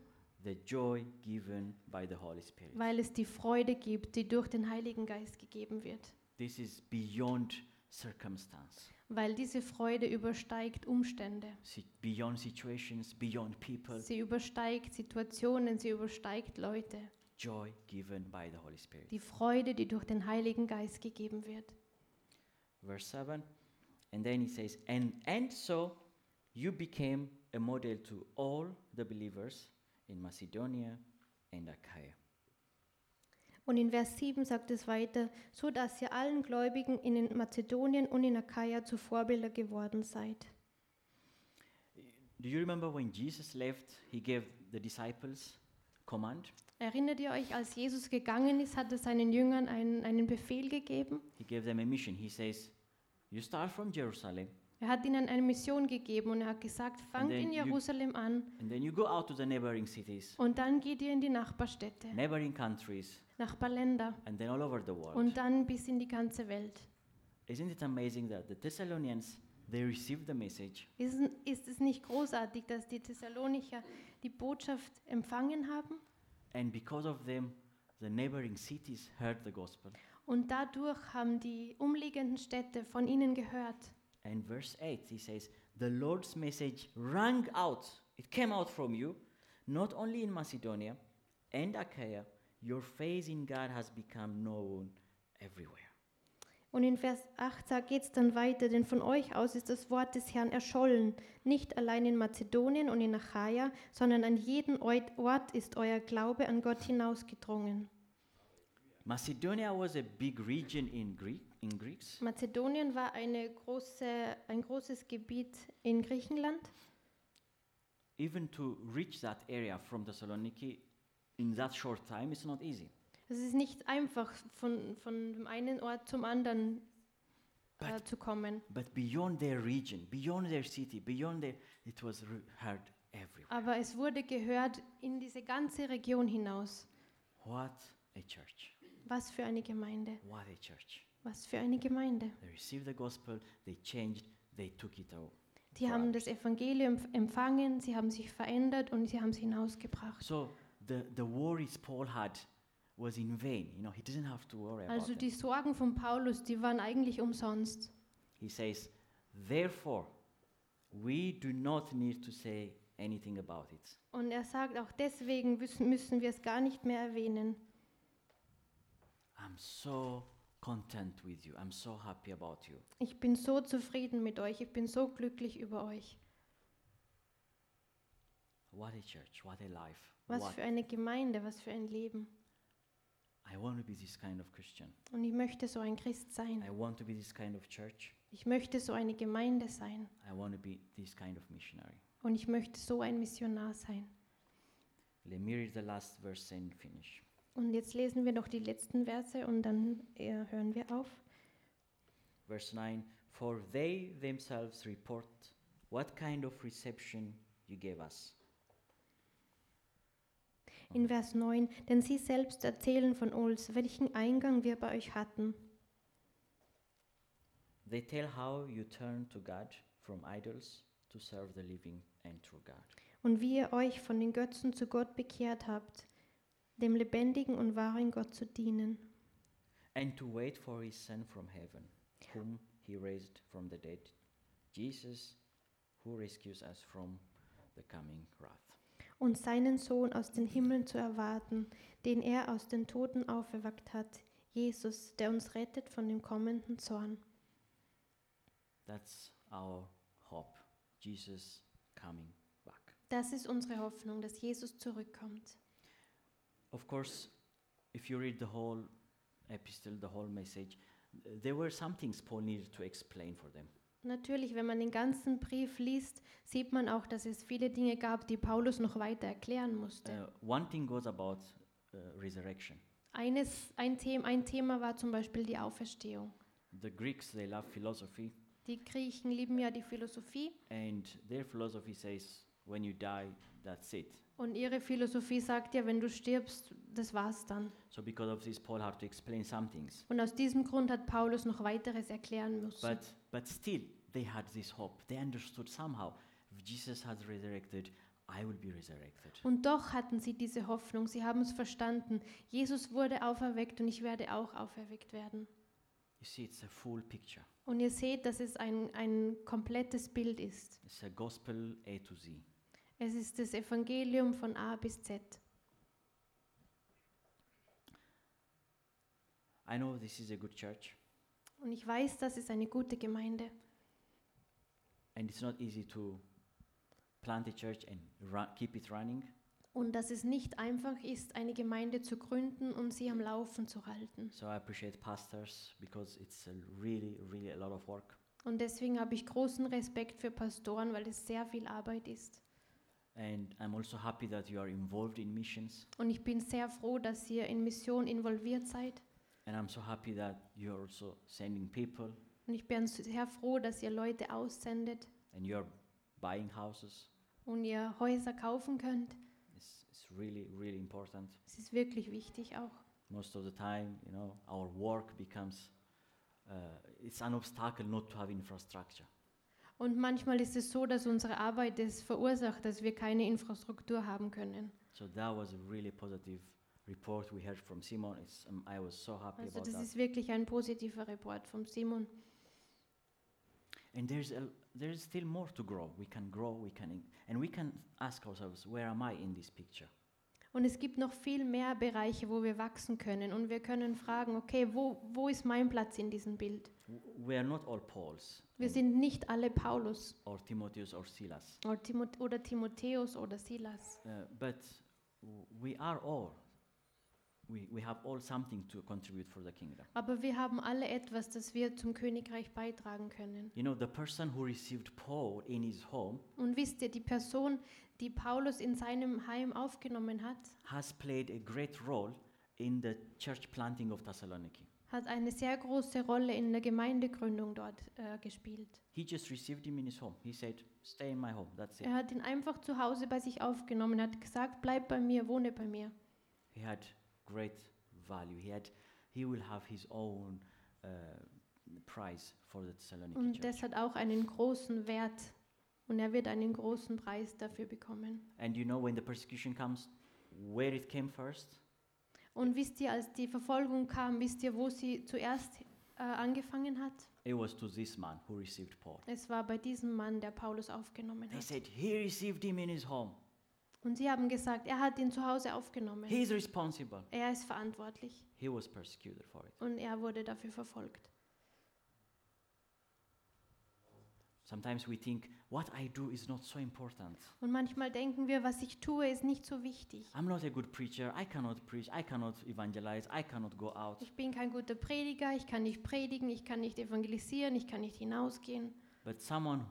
S1: the joy given by the Holy Spirit.
S2: weil es die Freude gibt, die durch den Heiligen Geist gegeben wird.
S1: This is beyond circumstance,
S2: Weil diese Freude übersteigt Umstände.
S1: si- beyond situations, beyond people.
S2: Sie übersteigt Situationen, sie übersteigt Leute.
S1: Joy given by the Holy Spirit.
S2: Die Freude, die durch den Heiligen Geist gegeben wird.
S1: verse 7 and then he says and and so you became a model to all the believers in macedonia and achaia
S2: Und in Vers 7 sagt es weiter, so dass ihr allen Gläubigen in den Mazedonien und in Achaia zu Vorbilder geworden seid.
S1: do you remember when jesus left he gave the disciples command.
S2: Erinnert ihr euch, als Jesus gegangen ist, hat er seinen Jüngern einen, einen Befehl gegeben?
S1: He gave them a mission. He says, You start from Jerusalem,
S2: Er hat ihnen eine Mission gegeben und er hat gesagt, fangt
S1: then
S2: in
S1: you-
S2: Jerusalem an
S1: and then you go out to the neighboring cities,
S2: und dann geht ihr in die Nachbarstädte,
S1: neighboring countries,
S2: Nachbarländer
S1: and then all over the world.
S2: und dann bis in die ganze Welt.
S1: Isn't it amazing that the Thessalonians they received the message
S2: Ist, ist es nicht großartig, dass die Thessalonicher die Botschaft empfangen haben
S1: and because of them the neighboring cities heard the gospel.
S2: und dadurch haben die umliegenden Städte von ihnen gehört?
S1: And verse 8 he says, "The Lord's message rang out. It came out from you, not only in Macedonia and Achaia. Your faith in God has become known everywhere."
S2: Und in Vers 8 geht es dann weiter, denn von euch aus ist das Wort des Herrn erschollen. Nicht allein in Mazedonien und in Achaia, sondern an jedem Ort Ort ist euer Glaube an Gott hinausgedrungen.
S1: Macedonia was a big region in Greek in Greeks.
S2: Mazedonien war eine große, ein großes Gebiet in Griechenland.
S1: Even to reach that area from Thessaloniki in that short time it's not easy.
S2: Es ist nicht einfach, von, von dem einen Ort zum anderen äh, zu kommen.
S1: But beyond their region, beyond their city, beyond their, it was re- heard everywhere.
S2: Aber es wurde gehört in diese ganze Region hinaus.
S1: What a church!
S2: Was für eine Gemeinde.
S1: What a church!
S2: Was für eine Gemeinde.
S1: They received the gospel, they changed, they took it all.
S2: Die haben das Evangelium empfangen, sie haben sich verändert und sie haben es hinausgebracht.
S1: So the, the worries Paul had was in vain. You know, he didn't have to worry about
S2: Also
S1: it.
S2: die Sorgen von Paulus, die waren eigentlich umsonst.
S1: He says, therefore, we do not need to say anything about it.
S2: Und er sagt, auch deswegen müssen, müssen wir es gar nicht mehr erwähnen.
S1: I'm so content with you. I'm so happy about you.
S2: Ich bin so zufrieden mit euch, ich bin so glücklich über euch.
S1: What a church, what a life.
S2: Was
S1: What,
S2: für eine Gemeinde, was für ein Leben.
S1: I want to be this kind of Christian.
S2: Und ich möchte so ein Christ sein.
S1: I want to be this kind of church.
S2: Ich möchte so eine Gemeinde sein.
S1: I want to be this kind of missionary.
S2: Und ich möchte so ein Missionar sein.
S1: Let me read the last verse and finish.
S2: Und jetzt lesen wir noch die letzten Verse und dann äh, hören wir auf.
S1: Verse 9 For they themselves report what kind of reception you gave us.
S2: In Vers 9, denn sie selbst erzählen von uns, welchen Eingang wir bei euch hatten.
S1: They tell how you turned to God from idols to serve the living and true God.
S2: und wie ihr euch von den Götzen zu Gott bekehrt habt, dem lebendigen und wahren Gott zu dienen
S1: And to wait for his Son from heaven, whom he raised from the dead, Jesus, who rescues us from the coming wrath.
S2: und seinen Sohn aus den Himmeln zu erwarten, den er aus den Toten auferweckt hat, Jesus, der uns rettet von dem kommenden Zorn.
S1: That's our hope. Jesus coming back.
S2: Das ist unsere Hoffnung, dass Jesus zurückkommt.
S1: Of course, if you read the whole epistle, the whole message, th- there were some things Paul needed to explain for them.
S2: Natürlich, wenn man den ganzen Brief liest, sieht man auch, dass es viele Dinge gab, die Paulus noch weiter erklären musste.
S1: Uh, one thing was about uh, resurrection.
S2: Eines, ein, Thema, ein Thema war zum Beispiel die Auferstehung.
S1: The Greeks, they love philosophy,
S2: Die Griechen lieben ja die Philosophie
S1: and their philosophy says when you die, that's it.
S2: und ihre Philosophie sagt ja, wenn du stirbst, das war's dann.
S1: So, because of this, Paul had to explain some things.
S2: Und aus diesem Grund hat Paulus noch weiteres erklären müssen.
S1: But, but still, they had this hope. They understood somehow if Jesus has resurrected, I will be resurrected.
S2: und doch hatten sie diese Hoffnung, sie haben es verstanden. Jesus wurde auferweckt und ich werde auch auferweckt werden.
S1: You see, it's a full picture,
S2: Und ihr seht, dass es ein, ein komplettes Bild ist.
S1: it's a gospel A to Z.
S2: Es ist das Evangelium von A bis Z.
S1: I know this is a good church,
S2: Und ich weiß, das ist eine gute Gemeinde.
S1: and it's not easy to plant a church and ru- keep it running.
S2: Und dass es nicht einfach ist, eine Gemeinde zu gründen und sie am Laufen zu halten.
S1: So I appreciate pastors because it's a really, really a lot of work.
S2: Und deswegen habe ich großen Respekt für Pastoren, weil es sehr viel Arbeit ist.
S1: And I'm also happy that you are involved in missions.
S2: Und ich bin sehr froh, dass ihr in Mission involviert seid.
S1: And I'm so happy that you are also sending people
S2: Und ich bin sehr froh, dass ihr Leute aussendet
S1: and you are buying houses.
S2: und ihr Häuser kaufen könnt.
S1: It's, it's really, really important.
S2: Es ist wirklich wichtig auch.
S1: Most of the time, you know, our work becomes uh, it's an obstacle not to have infrastructure.
S2: Und manchmal ist es so, dass unsere Arbeit es verursacht, dass wir keine Infrastruktur haben können.
S1: So that was a really positive report we heard from Simon. It's, um, I was so happy
S2: Also
S1: about
S2: das
S1: that.
S2: ist wirklich ein positiver Report vom Simon.
S1: And there's a, there's still more to grow. We can grow. We can in- and we can ask ourselves, where am I in this picture?
S2: Und es gibt noch viel mehr Bereiche, wo wir wachsen können. Und wir können fragen, okay, wo, wo ist mein Platz in diesem Bild?
S1: W- We are not all Pauls
S2: Wir
S1: and-
S2: sind nicht alle Paulus
S1: or Timotheus or Silas,
S2: oder, Timot oder Timotheus oder Silas.
S1: uh, but w- we are all. We, we have all something to contribute for the kingdom.
S2: Aber wir haben alle etwas, das wir zum Königreich beitragen können.
S1: You know, the person who received Paul in his home
S2: Und wisst ihr, die Person, die Paulus in seinem Heim aufgenommen hat,
S1: has played a great role in the church planting of Thessaloniki.
S2: hat eine sehr große Rolle in der Gemeindegründung dort äh, gespielt.
S1: He just received him in his home. He said, Stay in my home. That's it.
S2: Er hat ihn einfach zu Hause bei sich aufgenommen, hat gesagt, bleib bei mir, wohne bei mir.
S1: He had great value. He, had, he will have his own uh, prize for the Thessaloniki
S2: Und
S1: church.
S2: das hat auch einen großen Wert. Und er wird einen großen Preis dafür bekommen.
S1: And you know, when the persecution comes, where it came first?
S2: Und wisst ihr, als die Verfolgung kam, wisst ihr, wo sie zuerst äh, angefangen hat?
S1: It was to this man who received Paul.
S2: Es war bei diesem Mann, der Paulus aufgenommen
S1: They
S2: hat.
S1: said, He received him in his home.
S2: Und sie haben gesagt, er hat ihn zu Hause aufgenommen.
S1: He's responsible.
S2: Er ist verantwortlich
S1: He was persecuted for it.
S2: und er wurde dafür verfolgt.
S1: Sometimes we think, What I do is not so important.
S2: Und manchmal denken wir, was ich tue, ist nicht so wichtig.
S1: I'm not a good preacher. I cannot preach. I cannot evangelize. I cannot go out.
S2: Ich bin kein guter Prediger, ich kann nicht predigen, ich kann nicht evangelisieren, ich kann nicht hinausgehen.
S1: But someone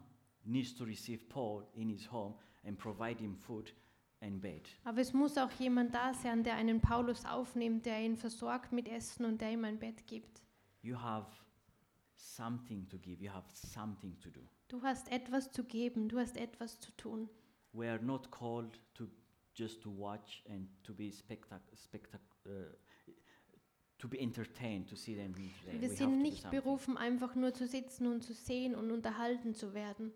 S1: needs to receive Paul in his home and provide him food and bed.
S2: Aber es muss auch jemand da sein, der einen Paulus aufnimmt, der ihn versorgt mit Essen und der ihm ein Bett gibt.
S1: You have something to give. You have something to do.
S2: Du hast etwas zu geben, du hast etwas zu tun.
S1: We are not called to just to watch and to be spectac spectac uh, to be entertained, to see them entertained.
S2: Wir
S1: We
S2: sind
S1: have to do
S2: nicht
S1: something.
S2: berufen, einfach nur zu sitzen und zu sehen und unterhalten zu werden.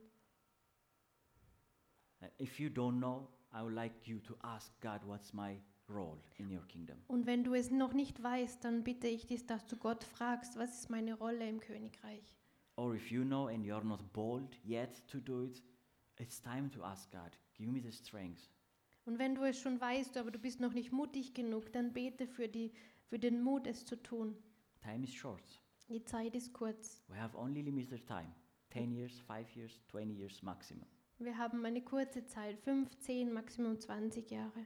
S1: Uh, If you don't know, I would like you to ask God, what's my role in your kingdom?
S2: Und wenn du es noch nicht weißt, dann bitte ich dich, dass du Gott fragst, was ist meine Rolle im Königreich?
S1: Or if you know and you're not bold yet to do it, it's time to ask God, give me the strength.
S2: Und wenn du es schon weißt, aber du bist noch nicht mutig genug, dann bete für, die, für den Mut, es zu tun.
S1: Time is short.
S2: Die Zeit ist kurz.
S1: We have only limited time 10 years, 5 years, 20 years maximum.
S2: Wir haben eine kurze Zeit, 15, maximum 20 Jahre.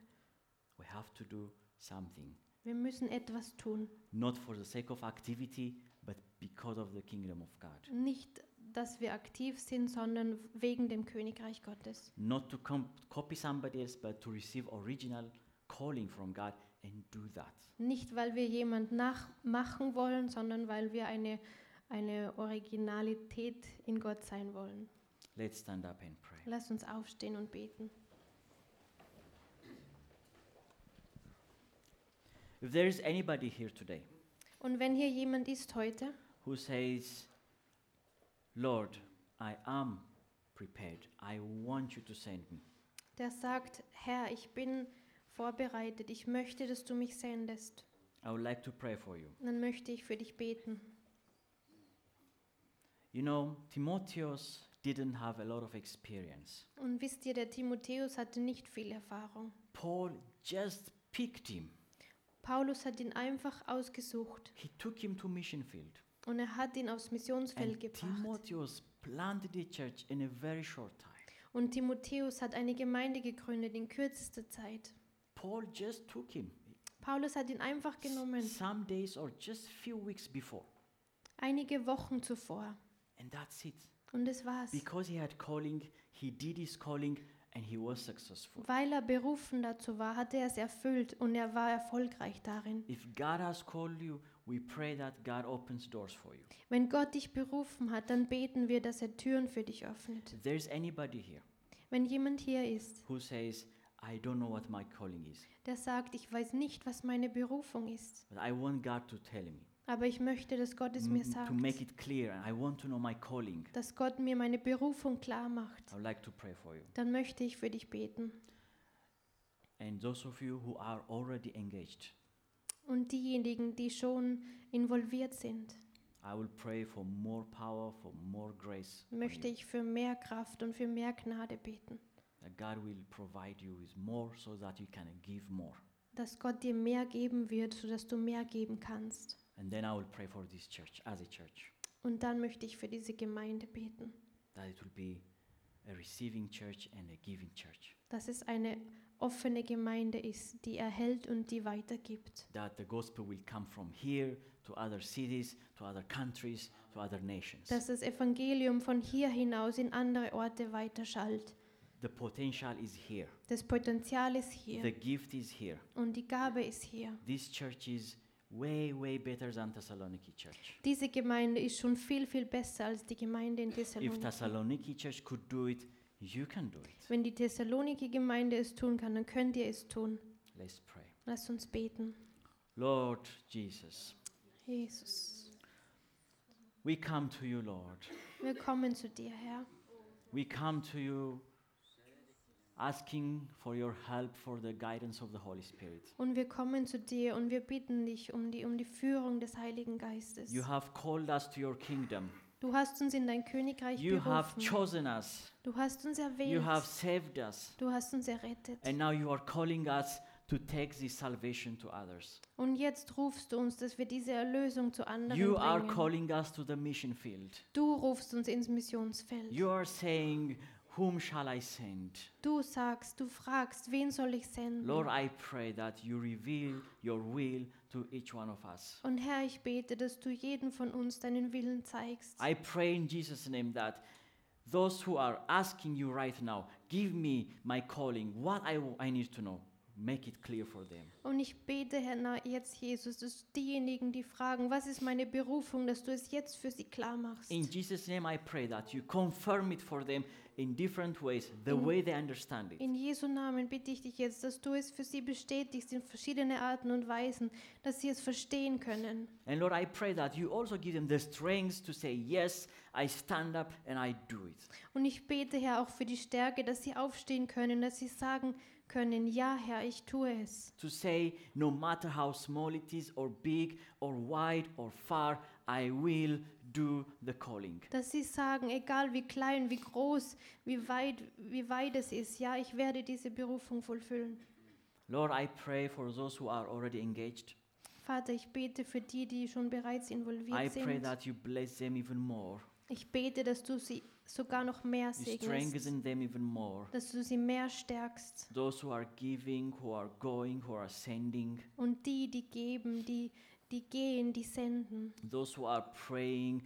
S1: We have to do something,
S2: Wir müssen etwas tun.
S1: not for the sake of activity, but because of the kingdom of God.
S2: Nicht, dass wir aktiv sind, sondern wegen dem Königreich Gottes.
S1: Not to com- copy somebody else, but to receive original calling from God and do that.
S2: Nicht, weil wir jemand nachmachen wollen, sondern weil wir eine, eine Originalität in Gott sein wollen.
S1: Let's stand up and pray.
S2: Lass uns aufstehen und beten.
S1: If there is anybody here today
S2: Und wenn hier jemand ist heute,
S1: who says, Lord, I am prepared. I want you to send me.
S2: der sagt, Herr, ich bin vorbereitet, ich möchte, dass du mich sendest,
S1: I would like to pray for you.
S2: dann möchte ich für dich beten.
S1: You know, Timotheus didn't have a lot of experience.
S2: Und wisst ihr, der Timotheus hatte nicht viel Erfahrung.
S1: Paul just picked him.
S2: Paulus hat ihn einfach ausgesucht
S1: He took him to mission field.
S2: und er hat ihn aufs Missionsfeld
S1: And
S2: gebracht.
S1: Timotheus planted the church in a very short time.
S2: Und Timotheus hat eine Gemeinde gegründet in kürzester Zeit.
S1: Paul just took him
S2: Paulus hat ihn einfach
S1: s-
S2: genommen,
S1: some days or just few weeks before.
S2: einige Wochen zuvor.
S1: And that's it.
S2: Und das war's.
S1: Because he had calling, he did his calling and he was successful.
S2: Weil er berufen dazu war, hat er es erfüllt und er war erfolgreich darin.
S1: If God has called you, we pray that God opens doors for you.
S2: Wenn Gott dich berufen hat, dann beten wir, dass er Türen für dich öffnet.
S1: If there's anybody here
S2: Wenn jemand hier ist,
S1: who says, I don't know what my calling is,
S2: der sagt, ich weiß nicht, was meine Berufung ist,
S1: but I want God to tell me,
S2: aber ich möchte, dass Gott es mir
S1: m- to make
S2: sagt,
S1: it clear, and I want to know my calling,
S2: dass Gott mir meine Berufung klar macht,
S1: I would like to pray for you.
S2: dann möchte ich für dich beten.
S1: And those of you who are already engaged,
S2: Und diejenigen, die schon involviert sind,
S1: I will pray for more power, for more grace. on
S2: möchte
S1: you.
S2: ich für mehr Kraft und für mehr Gnade beten,
S1: That God will provide you with more so that you can give more.
S2: dass Gott dir mehr geben wird, sodass du mehr geben kannst.
S1: And then I will pray for this church as a church,
S2: Und dann möchte ich für diese Gemeinde beten,
S1: that it will be a receiving church and a giving church,
S2: dass es eine offene Gemeinde ist, die erhält und die weitergibt,
S1: that the gospel will come from here to other cities, to other countries, to other nations.
S2: dass das Evangelium von hier hinaus in andere Orte weiterschallt.
S1: the potential is here,
S2: Das Potenzial ist
S1: the
S2: hier
S1: gift is here.
S2: und die Gabe ist hier.
S1: This church is way, way better than Thessaloniki church.
S2: Diese Gemeinde ist schon viel, viel besser als die Gemeinde in
S1: If
S2: Thessaloniki.
S1: Thessaloniki church could do it, you can do it.
S2: Wenn die Thessaloniki Gemeinde es tun kann, dann könnt ihr es tun.
S1: Let's pray.
S2: Lasst uns beten.
S1: Lord Jesus,
S2: Jesus,
S1: we come to you, Lord.
S2: wir kommen zu dir, Herr.
S1: We come to you asking for your help for the guidance of the Holy Spirit.
S2: Und wir kommen zu dir und wir bitten dich um die, um die Führung des Heiligen Geistes.
S1: You have called us to your kingdom.
S2: Du hast uns in dein Königreich
S1: You have
S2: berufen.
S1: chosen us.
S2: Du hast uns
S1: You have
S2: erwählt.
S1: saved us.
S2: Du hast uns errettet.
S1: And now you are calling us to take this salvation to others.
S2: Und jetzt rufst du uns, dass wir diese Erlösung zu anderen
S1: You are
S2: bringen.
S1: calling us to the mission field.
S2: Du rufst uns ins Missionsfeld.
S1: You are saying, Whom shall I send?
S2: Du sagst, du fragst, wen soll ich senden?
S1: Lord, I pray that you reveal your will to each one of us.
S2: Und Herr, ich bete, dass du jedem von uns deinen Willen zeigst.
S1: I pray in Jesus' name that those who are asking you right now, give me my calling, what I, I need to know, make it clear for them.
S2: Und ich bete, Herr, na, jetzt, Jesus, dass diejenigen, die fragen, was ist meine Berufung, dass du es jetzt für sie klar machst.
S1: In Jesus' name, I pray that you confirm it for them in different ways, the way they understand it.
S2: In Jesu Namen bitte ich dich jetzt, dass du es für sie bestätigst in verschiedene Arten und Weisen, dass sie es verstehen können.
S1: And Lord, I pray that you also give them the strength to say, Yes, I stand up and I do it.
S2: Und ich bete, Herr, auch für die Stärke, dass sie aufstehen können, dass sie sagen können, ja, Herr, ich tue es.
S1: To say, no matter how small it is, or big, or wide, or far, I will do the calling.
S2: Dass sie sagen, egal wie klein, wie groß, wie weit, wie weit es ist, ja, ich werde diese Berufung vollfüllen.
S1: Lord, I pray for those who are already engaged.
S2: Vater, ich bete für die, die schon bereits
S1: I
S2: involviert
S1: pray
S2: sind.
S1: that you bless them even more.
S2: Ich bete, dass du sie sogar noch mehr
S1: You
S2: segnest,
S1: strengthen them even more.
S2: dass du sie mehr stärkst.
S1: Those who are giving, who are going, who are sending,
S2: Und die, die geben, die, die gehen, die senden.
S1: those who are praying,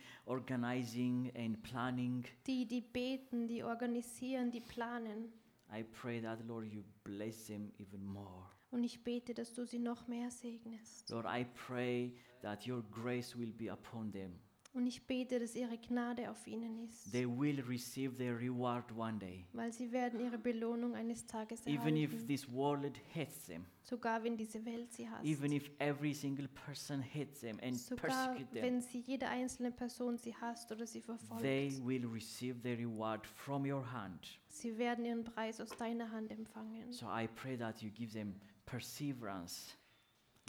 S1: organizing, and planning.
S2: Die, die beten, die organisieren, die planen.
S1: I pray that, Lord, you bless them even more.
S2: Und ich bete, dass du sie noch mehr segnest.
S1: Lord, I pray that your grace will be upon them.
S2: Und ich bete, dass ihre Gnade auf ihnen ist.
S1: They will receive their reward one day,
S2: Weil sie werden ihre Belohnung eines Tages
S1: even if
S2: erhalten.
S1: this world hates them,
S2: Sogar wenn diese Welt sie hasst.
S1: even if every single person hates them and
S2: Sogar
S1: persecutes them.
S2: wenn sie jede einzelne Person sie hasst oder
S1: They
S2: sie verfolgt.
S1: will receive the reward from your hand.
S2: Sie werden ihren Preis aus deiner Hand empfangen.
S1: So I pray that you give them perseverance.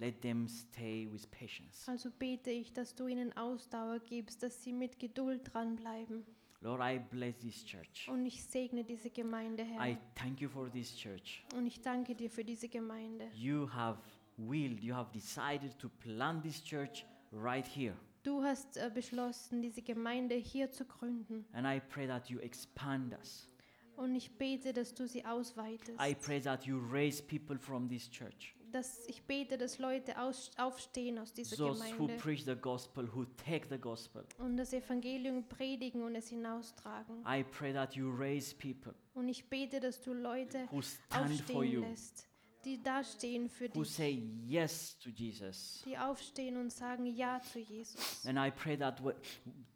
S1: Let them stay with patience.
S2: Also bete ich, dass du ihnen Ausdauer gibst, dass sie mit Geduld dranbleiben.
S1: Lord, I bless this church.
S2: Und ich segne diese Gemeinde, Herr.
S1: I thank you for this church.
S2: Und ich danke dir für diese Gemeinde.
S1: You have willed, you have decided to plant this church right here.
S2: Du hast äh, beschlossen, diese Gemeinde hier zu gründen.
S1: And I pray that you expand us.
S2: Und ich bete, dass du sie ausweitest.
S1: I pray that you raise people from this church.
S2: dass ich bete, dass Leute aus, aufstehen aus dieser
S1: Those who
S2: Gemeinde
S1: preach the gospel, who take the gospel.
S2: und das Evangelium predigen und es hinaustragen.
S1: I pray that you raise people
S2: Und ich bete, dass du Leute
S1: who stand for
S2: aufstehen
S1: you,
S2: lässt, die dastehen für
S1: who
S2: dich,
S1: say yes to Jesus.
S2: die aufstehen und sagen Ja zu Jesus.
S1: And I pray that wh-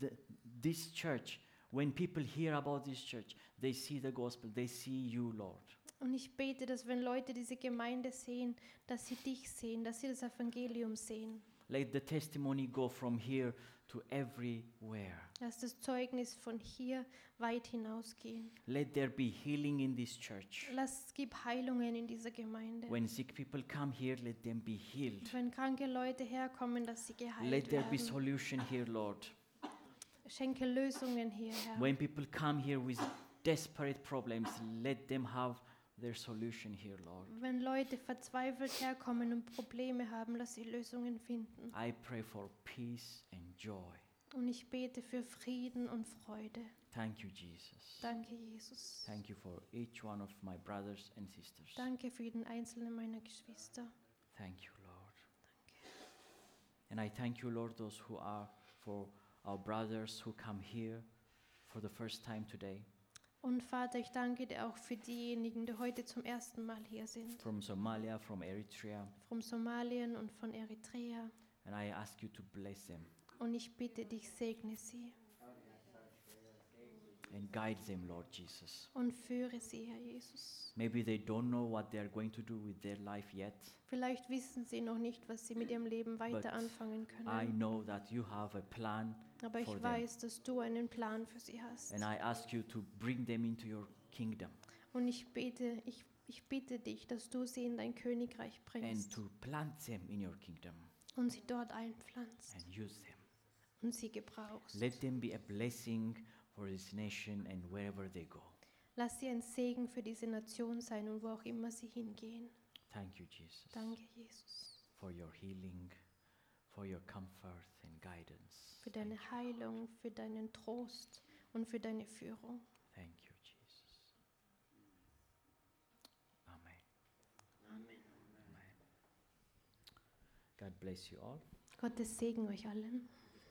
S1: th- this church, when people hear about this church, they see the gospel, they see you, Lord.
S2: Und ich bete, dass wenn Leute diese Gemeinde sehen, dass sie dich sehen, dass sie das Evangelium sehen,
S1: Let the testimony go from here to everywhere.
S2: dass das Zeugnis von hier weit hinausgehen.
S1: Let there be healing in this church.
S2: Lass, gib Heilungen in dieser Gemeinde.
S1: When sick people come here, let them be healed.
S2: Wenn kranke Leute herkommen, dass sie
S1: Let
S2: geheilt
S1: there be
S2: werden.
S1: solution here, Lord.
S2: Schenke Lösungen hierher.
S1: When people come here with desperate problems, let them have their solution here, Lord.
S2: Wenn Leute verzweifelt herkommen und Probleme haben, lass sie Lösungen finden.
S1: I pray for peace and joy.
S2: Und ich bete für Frieden und Freude.
S1: Thank you, Jesus.
S2: Danke, Jesus.
S1: Thank you for each one of my brothers and sisters.
S2: Danke für jeden einzelnen meiner Geschwister.
S1: Thank you, Lord. And I thank you, Lord, those who are for our brothers who come here for the first time today
S2: Und Vater, ich danke dir auch für diejenigen, die heute zum ersten Mal hier sind,
S1: from Somalia, from Eritrea.
S2: von Somalien und von Eritrea.
S1: And I ask you to bless them
S2: Und ich bitte dich, segne sie
S1: and guide them, Lord Jesus.
S2: und führe sie, Herr Jesus.
S1: Maybe they don't know what they are going to do with their life yet.
S2: Vielleicht wissen sie noch nicht, was sie mit ihrem Leben weiter anfangen
S1: I
S2: können.
S1: know that you have a plan,
S2: Aber
S1: for
S2: ich
S1: them.
S2: weiß, dass du einen Plan für sie hast.
S1: and I ask you to bring them into your kingdom
S2: Und ich bete, ich, ich bitte dich, dass du sie in dein Königreich
S1: and
S2: bringst
S1: to plant them in your kingdom
S2: und sie dort einpflanzt
S1: and use them.
S2: und sie gebrauchst.
S1: Let them be a blessing for this nation and wherever they go.
S2: Lass sie ein Segen für diese Nation sein und wo auch immer sie hingehen.
S1: Thank you, Jesus,
S2: Danke, Jesus,
S1: for your healing, for your comfort and guidance.
S2: für deine Heilung, für deinen Trost und für deine Führung.
S1: Thank you, Jesus. Amen.
S2: Amen.
S1: God bless you all.
S2: Gottes Segen euch allen.